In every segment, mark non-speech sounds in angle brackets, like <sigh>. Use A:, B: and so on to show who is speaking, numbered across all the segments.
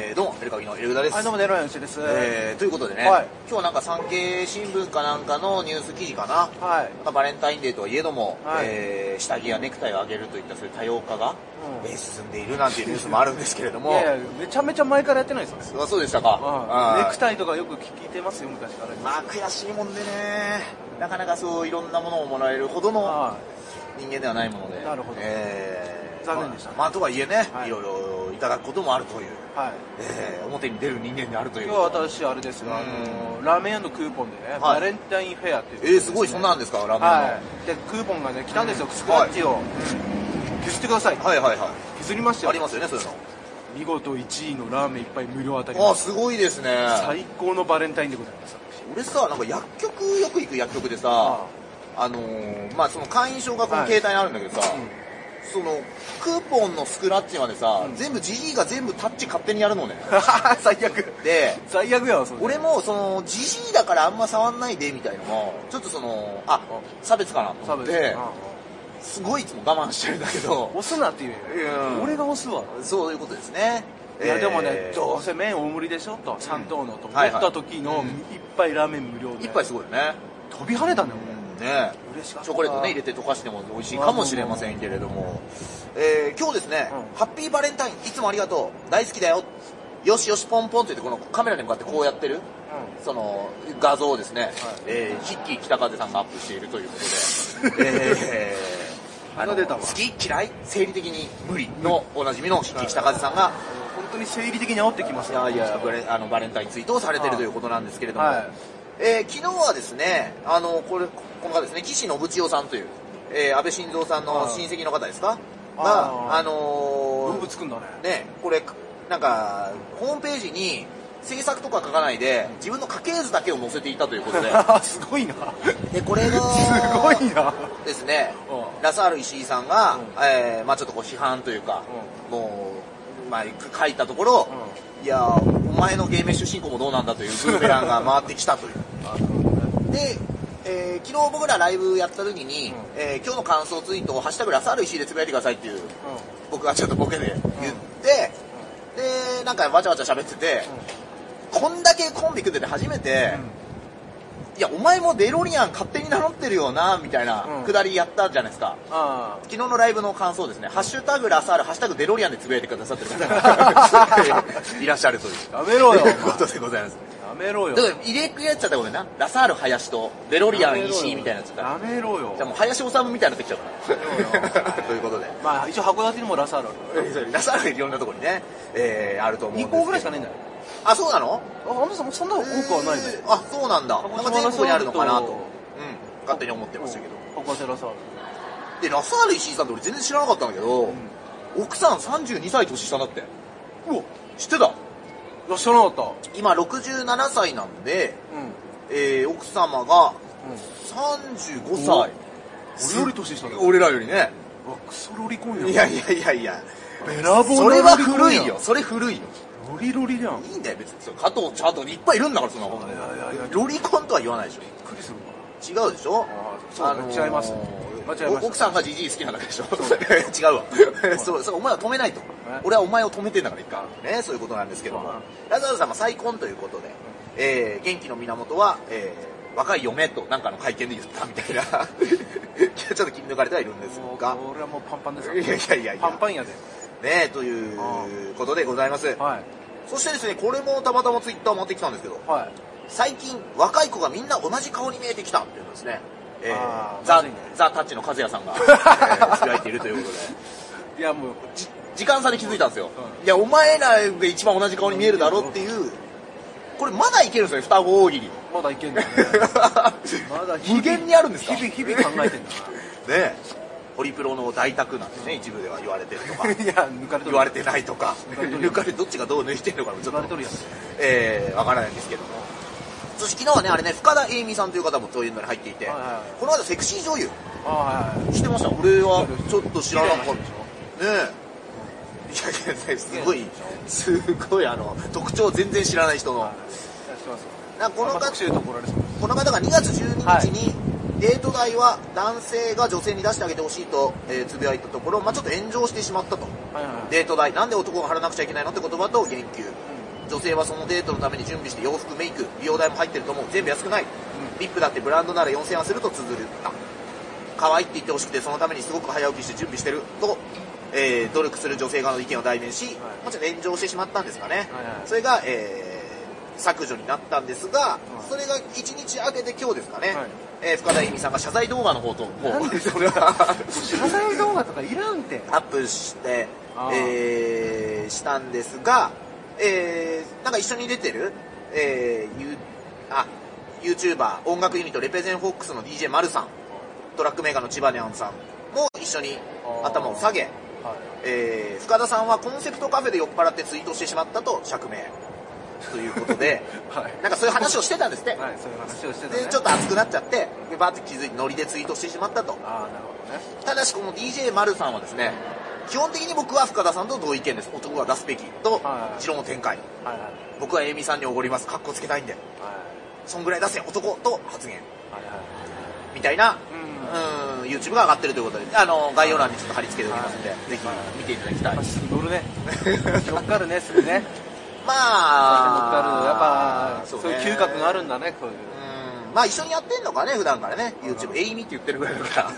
A: えーどうも、ベルカギのエレグダです。
B: はい、どうも、ネロヤンシです。
A: えーということでね、
B: はい
A: 今日なんか産経新聞かなんかのニュース記事かな、
B: はい
A: なんかバレンタインデーとはいえども、
B: はい
A: えー下着やネクタイをあげるといったそういう多様化が、
B: うん
A: えー進んでいるなんていうニュースもあるんですけれど
B: い
A: も、
B: やいや、めちゃめちゃ前からやってないですよ。
A: あそうでしたか。
B: はいネク
A: イ
B: タイとかよく聞いてますよ、昔から。
A: まあ悔しいもんでね、なかなかそういろんなものをもらえるほどの
B: は
A: 人間ではないもので、
B: なるほど
A: えー
B: 残念でした
A: まあまあとはいえね、
B: はい
A: いろいろいただくこともあるという、
B: い。はい。
A: えー表に出る人間であるという
B: 今
A: こ
B: 日
A: と。
B: は私、あれですが、あのー、ラーメン屋のクーポンでね、
A: はい
B: バレンタインフェアっていう、
A: えー、すごいそんなんですか、ラーメンの。
B: はい。で、クーポンがね、来たんですよ、スクラッチを。削ってください。
A: はいはいは
B: 削りまし
A: い。
B: た
A: あ
B: よ。
A: りますよね、そういう
B: 見事1位のラーメン一杯無料当たり
A: の。あ
B: ま
A: ー、
B: す。
A: すごいですね。
B: 最高のバレンタインでございます。私
A: 俺さ、なんか薬局、よく行く薬局でさ、あのー、まあその会員証がこの
B: はい
A: 携帯にあるんだけどさ、
B: うん
A: その、クーポンのスクラッチまでさ、
B: うん
A: 全部 GE が全部タッチ勝手にやるのね。
B: <laughs> 最悪。
A: で、
B: 最悪やわ、それ。
A: 俺もその、GE だからあんま触んないでみたいのも、ちょっとその、あ、差別かなと
B: サ
A: 思
B: ブ
A: っ
B: で
A: て
B: す。、
A: すごいいつも我慢してるんだけど、
B: 押すなって言えよ
A: うん
B: 俺が押すわ。
A: そういうことですね。
B: いや
A: えー
B: でもね、どうせ麺大盛りでしょと、三等のと思っ
A: はいはい
B: た時の一杯ラーメン無料で
A: 一杯すごいよね。
B: 飛び跳ねたんだよ、
A: うんね
B: 俺嬉しかった
A: チョコレートね入れて溶かしても美味しいかもしれませんけれども、えー今日ですね、
B: うん
A: ハッピーバレンタインいつもありがとう大好きだよよしよしポンポンって言ってこのカメラに向かってこうやってるその画像をですね、えーヒッキー北風さんがアップしているという
B: <laughs>
A: ことでえー
B: あの出たわ
A: 好き嫌い生理的に無理のおなじみのヒッキー北風さんが、
B: 本当に生理的に煽ってきます
A: い
B: よ
A: やいやバレあのバレンタインツイートをされてるということなんですけれども、
B: はい
A: えー昨日はですね、あのこれこの方ですね、岸信千代さんという、えー安倍晋三さんの親戚の方ですか、
B: あー
A: が、あの
B: 動
A: ー
B: 物くんだね
A: ね、これ、なんか、ホームページに制作とか書かないで、自分の家系図だけを載せていたという
B: <laughs>
A: ことで、
B: すごいな
A: でこれが、
B: すごいな
A: ですね
B: う、ん
A: ラサール石井さんが、
B: うん
A: えーまあちょっとこう批判というか、もう、まあ書いたところ、いやーお前の芸名出身校もどうなんだというブーメランが回ってきたという。で、えー昨日僕らライブやった時に、
B: うん
A: えー今日の感想ツイートを「ハッシュタグラサール石井」でつぶやいてくださいっていう僕がちょっとボケで言って、でなんかわちゃわちゃ喋ってて、こんだけコンビ組んでて初めて、いやお前もデロリアン勝手に名乗ってるよなみたいな
B: うん
A: くだりやったじゃないですか、
B: あ
A: 昨日のライブの感想ですね、ハッシュタグラサール、ハッシュタグデロリアンでつぶやいてくださってる方が <laughs> いらっしゃるという。
B: やめろよお
A: とい
B: 前
A: うことでございます。
B: やめろよ
A: だから入れ替えちゃったことな。ラサール林とデロリアン石井みたいなやつだったら。
B: やめろよ
A: じゃあもう林修みたいになってきちゃうか
B: そう
A: ら。 <laughs> ということで。
B: まあ一応函館にもラサールある
A: ラサールいろんなところにね、えー、あると思うんです
B: 2
A: けど。
B: 校ぐらいしかねえんだよ
A: あ、そうなの
B: ああんまそんそんな多くはないね
A: えーあ、そうなんだ。なんか全国にあるのかなと。うん。勝手に思ってましたけど。
B: うん函館ラサー
A: で、
B: ル
A: ラサール石井さんって俺全然知らなかったんだけど、奥さん32歳年下だって。
B: うわ
A: 知ってた
B: いや知らなかった
A: 今67歳なんで、
B: うん
A: えー、奥様が
B: う
A: 35歳。
B: ん、俺より年下だよ。
A: 俺らよりね。
B: うわクソロリコンやん。
A: いやいやいやいや。
B: べらぼう
A: そ
B: の
A: れ
B: ロリコンやん
A: は古いよ。。それ古いよ。
B: ロリロリじゃん。い
A: いいんだよ、別に。それ加藤茶といっぱいいるんだから、そんなこと
B: やい。やいや、びっ
A: ロリコンとは言わないでしょ。
B: くりするわ。
A: 違うでしょ
B: あーそうだね違いますね間違えました
A: お奥さんがジジイ好きなだけでしょ <laughs> 違うわ。そう、そう、お前は止めないと。俺はお前を止めてんだから、一回。ね、そういうことなんですけども
B: うん。
A: ラザールさんは再婚ということで、えー、元気の源は、えー、若い嫁となんかの会見で言ったみたい
B: <laughs>
A: な。ちょっと切り抜かれてはいるんです
B: もう
A: が。
B: 俺はもうパンパンです
A: いやいやいやいや
B: パンパンやで。
A: ねえ、ということでございます。
B: はい。
A: そしてですね、これもたまたまツイッター持ってきたんですけど、
B: はい。
A: 最近若い子がみんな同じ顔に見えてきたっていうのですね、え
B: あ
A: ー、
B: ー
A: ザ
B: まずいね・
A: ザ・タッチの和也
B: <laughs>
A: さんが、えー、つぶやいているということで、
B: いやもう、
A: じ時間差で気づいたんですよ。
B: う
A: いや、お前らが一番同じ顔に見えるだろうっていう、これまだいけるんですよね、双子大喜利。
B: まだいけんだね。 <laughs> まだ日々
A: 無限にあるんですか
B: 日々、日々考えてんだ
A: ねホリプロの大宅なんですね、一部では言われてる
B: <laughs>
A: とか
B: <laughs> な。。いや、抜かれと
A: 言
B: る。
A: われてないとか、抜
B: 抜
A: かれどっちがどう抜いてるのかもちょ
B: 抜
A: っと
B: かれとるやん。
A: えー、わからないんですけども。そして昨日はね、あれね、深田栄美さんという方もそういうのに入っていて、
B: はいはい
A: この方セクシー女優、
B: あはいはい。
A: 知ってました俺はちょっと知らなかった。
B: 綺麗
A: ね
B: 人でしょ
A: え。いやいや、すごい、すごいあの、特徴を全然知らない人の。
B: いや知ってますよ
A: なんかこの
B: あんま
A: 方
B: 特集でと怒られそうです。
A: この方が2月12日に、デート代は男性が女性に出してあげてほしいと、えーつぶやいたところ、まあ、ちょっと炎上してしまったと。
B: はいはい
A: デート代、なんで男が払わなくちゃいけないのって言葉と言及。
B: う
A: 女性はそのデートのために準備して洋服、メイク、美容代も入ってると思う。全部安くない。
B: ん
A: リップだってブランドなら4000円はすると綴った。可愛いって言ってほしくて、そのためにすごく早起きして準備してると、えー努力する女性側の意見を代弁し、
B: はい
A: もちろん炎上してしまったんですかね。
B: はいはい
A: それが、えー削除になったんですが、
B: い
A: それが1日明けて今日ですかね、
B: はい
A: えー深田恵美さんが謝罪動画の方と、も
B: なんでそれ
A: <laughs>
B: は謝罪動画とかいらんて
A: アップして
B: あ、ー
A: えーしたんですが、えーなんか一緒に出てる、えー、ユーあ、YouTuber、音楽ユニット、レペゼンフォックスの DJ 丸さん、トラックメーカーの千葉ニャンさんも一緒に頭を下げ、
B: はい
A: えー深田さんはコンセプトカフェで酔っ払ってツイートしてしまったと釈明。ということ
B: <laughs>
A: で、
B: はい
A: なんかそういう話をしてたんですって。
B: はいそういう話をしてたね
A: で、ちょっと熱くなっちゃって、でバーって気づいてノリでツイートしてしまったと。
B: ああなるほどね
A: ただしこの DJ 丸さんはですね、基本的に僕は深田さんと同意見です。男が出すべきと
B: は、い
A: 持論を展開。
B: はいはい
A: 僕はエイミさんにおごります。カッコつけたいんで。そんぐらい出せ、男と発言。
B: はいはいはい
A: みたいな、う
B: うん
A: ーん、YouTube が上がってるということで、あの、概要欄にちょっと貼り付けておきますんで、
B: はい
A: ぜひ見ていただきたい
B: やっぱ。すぐ乗るね <laughs> 乗っかるねすぐね
A: ま
B: 乗っ
A: あ、
B: かるやっぱそういう嗅覚があるんだねこういう
A: うんまあ一緒にやってんのかね、普段からね。YouTube、エイミって言ってるぐらいだ
B: <laughs>
A: から。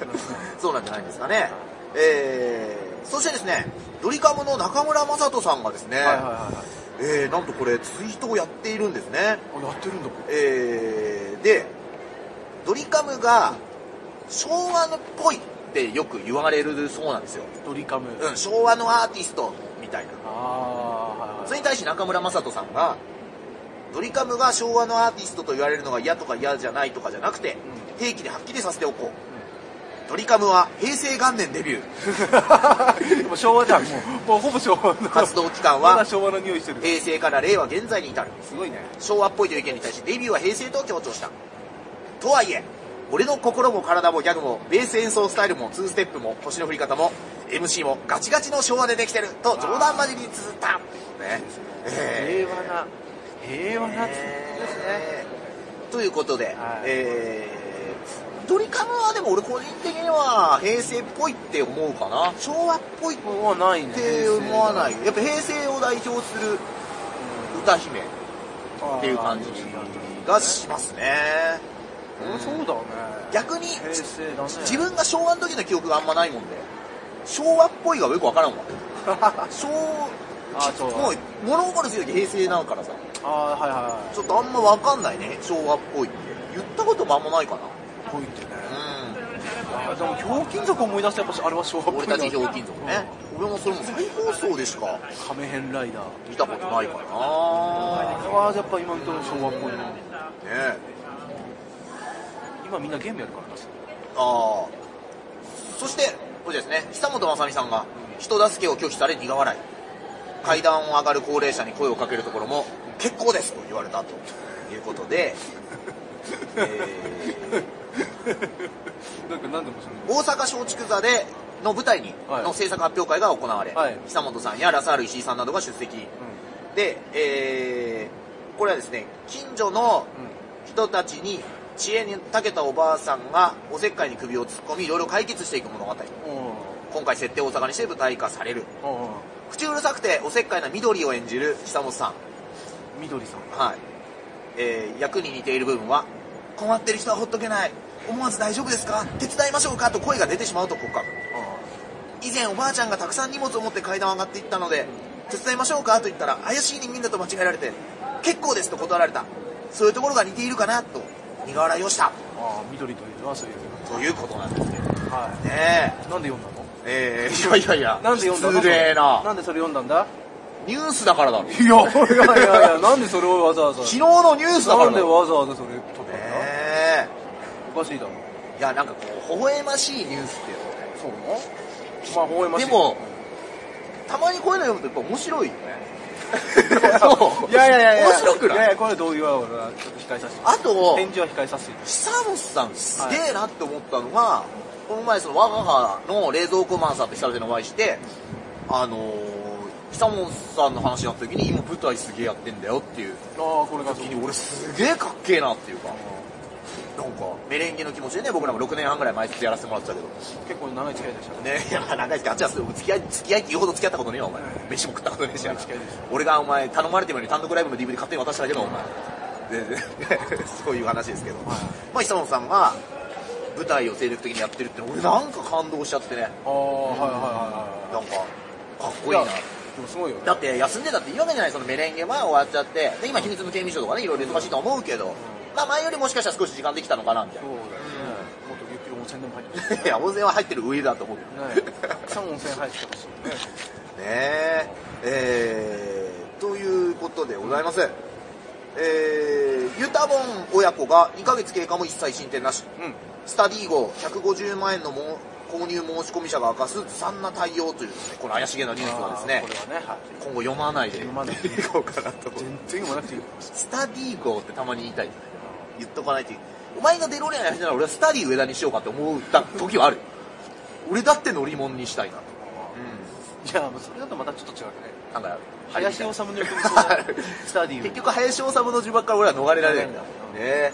A: そうなんじゃないんですかね。えー、そしてですね、ドリカムの中村雅人さんがですね、
B: はいはいはいはい
A: えー、なんとこれツイートをやっているんですね。
B: あやってるんだこ
A: えー、で、ドリカムが昭和のっぽいってよく言われるそうなんですよ。
B: れドリカム
A: うん、昭和のアーティストみたいな。
B: ああはい
A: そ
B: は
A: れ
B: い
A: に対し中村雅人さんが、ドリカムが昭和のアーティストと言われるのが嫌とか嫌じゃないとかじゃなくて、定期ではっきりさせておこう。ドリカムは平成元年デビュー。
B: で <laughs> も昭和じゃんもうもうほぼ昭和の
A: 活動期間
B: まだ
A: は
B: 昭和の匂いしてる
A: 平成から令和現在に至る。
B: すごいね
A: 昭和っぽいという意見に対しデビューは平成と強調したとはいえ俺の心も体もギャグもベース演奏スタイルも2ステップも腰の振り方も MC もガチガチの昭和でできてると冗談交じりに綴ったっていうねえ
B: 平和な平和
A: ー
B: なですね
A: えーということで、
B: はい
A: えードリカムはでも俺個人的には平成っぽいって思うかな昭和っぽいっ
B: もうないね
A: て思わないいやっぱ平成を代表する歌姫っていう感じがしますね。うん
B: そうだね
A: 逆に、
B: 平成だね
A: 自
B: <laughs>
A: 分が昭和の時の記憶があんまないもんで、昭和っぽいがよくわからんわ。昭
B: あそう
A: もう物心ついた時平成なんからさ、
B: ああはいはいはい
A: ちょっとあんまわかんないね、昭和っぽいって。言ったこともあんまないかな。
B: ぽいってねあでもひょうきん族思い出してやっぱあれは昭和っ
A: うん。
B: ぽ
A: 俺
B: いな
A: たちひょうきん族ね。俺もそれも再放送でしか
B: 仮面編ライダー
A: 見たことないから
B: あ
A: な
B: れはやっぱ今見ても昭和っぽいな
A: ね
B: 今みんなゲームやるからです
A: ああ。そして、これですね、久本雅美さんが人助けを拒否され苦笑い。階段を上がる高齢者に声をかけるところも、結構ですと言われたということで、えー
B: なんか何でもしれ
A: 大阪松竹座での舞台に、
B: はい
A: の制作発表会が行われ、
B: はい
A: 久本さんやラサール石井さんなどが出席。で、えーこれはですね、近所の人たちに知恵に長けたおばあさんがおせっかいに首を突っ込み、いろいろ解決していく物語。
B: うんうん
A: 今回設定大阪にして舞台化される
B: うんうん
A: 口うるさくておせっかいな緑を演じる久本さ
B: みどりさん
A: んはい、えー役に似ている部分は困ってる人はほっとけない思わず大丈夫ですか手伝いましょうかと声が出てしまうと告白以前おばあちゃんがたくさん荷物を持って階段を上がっていったので手伝いましょうかと言ったら怪しい人間だと間違えられて結構ですと断られたそういうところが似ているかなと苦笑いをした
B: ああみどりというのはそういう
A: ということなんですけどね
B: は
A: え
B: いなんで読んだの
A: えー、いやいやいや
B: なんで読んだの
A: 失礼なん
B: でそれ読んだんだ
A: ニュースだからだろ
B: いやいやいやいやなんでそれをわざわ
A: <laughs>
B: ざ
A: 昨日のニュースだから
B: なん
A: だ
B: で
A: よ
B: わざわざそれ撮ったんだ
A: ね
B: おかしいだろ
A: えいやなんかこう微笑ましいニュースっていうのね
B: そうなまあ微笑ましい
A: でもたまにこういうの読むとやっぱ面白いよね
B: <laughs> いやいやいやいや
A: 面白くない
B: いやいやこれ同意は俺はちょっと控えさせて
A: あと
B: 返事は控えさせていただ
A: 久本さんすげえなって思ったのが、この前その我が母の冷蔵庫マンさんと久々にお会いしてあのー、久本さんの話になった時に今舞台すげえやってんだよっていう
B: きああこれが
A: 時に俺すげえかっけえなっていうかなんか、メレンゲの気持ちでね、僕らも6年半ぐらい毎月やらせてもらってたけど。
B: 結構長い付き合いでしたね。
A: ねいや、長いですけど、あっちは付き合い、付き合いって言うほど付き合ったことねえよ、お前。飯も食ったことねえしやな
B: 付き合いです。
A: 俺がお前、頼まれてるのに単独ライブの DVD 勝手に渡しただけど、お前。ででそういう話ですけど。まあ、久本さんが、舞台を精力的にやってるって、俺なんか感動しちゃってね。
B: ああ、はいはいはい
A: なんか、かっこいいな。
B: やでもすごいよね。
A: だって休んでたっていいわけじゃないそのメレンゲは終わっちゃってで今秘密の刑務所とかねいろいろ忙しいと思うけど、まあ前よりもしかしたら少し時間できたのかなみたい
B: そうだよね。もっとゆっくり温泉でも入ってほしい。
A: ないや温泉は入ってる上だと思うけど
B: ねえ。たくさん温泉入ってほしい。ね
A: ねええー、ということでございます、えー、ユタボン親子が2ヶ月経過も一切進展なし
B: うん。
A: スタディー号150万円のも購入申込者が明かすずさんな対応というですねこの怪しげなニュースはですね
B: これはね、はい。
A: 今後読まないで
B: 読まない
A: いこうかなと思う
B: 全然読まなくていいよ。
A: スタディー号ってたまに言いたいよね言っとかないといいお前がデロリアンやるなら俺はスタディ上田にしようかって思った時はあるよ俺だって乗り物にしたいなと
B: いや、もうそれだとまたちょっと違うね。
A: なんか
B: 林修の横に <laughs> スタディ
A: 結局林修の呪縛から俺は逃れられないんだ
B: 逃
A: ね
B: れ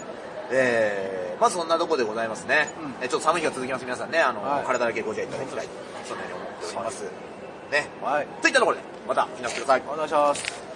A: えーまずそんなとこでございますね、
B: うん
A: えちょっと寒い日が続きます皆さんねあの、
B: はい
A: 体だけご自愛いただきたいそんなように思っておりますね
B: はい。
A: といったところでまたお待ちください
B: お願いします。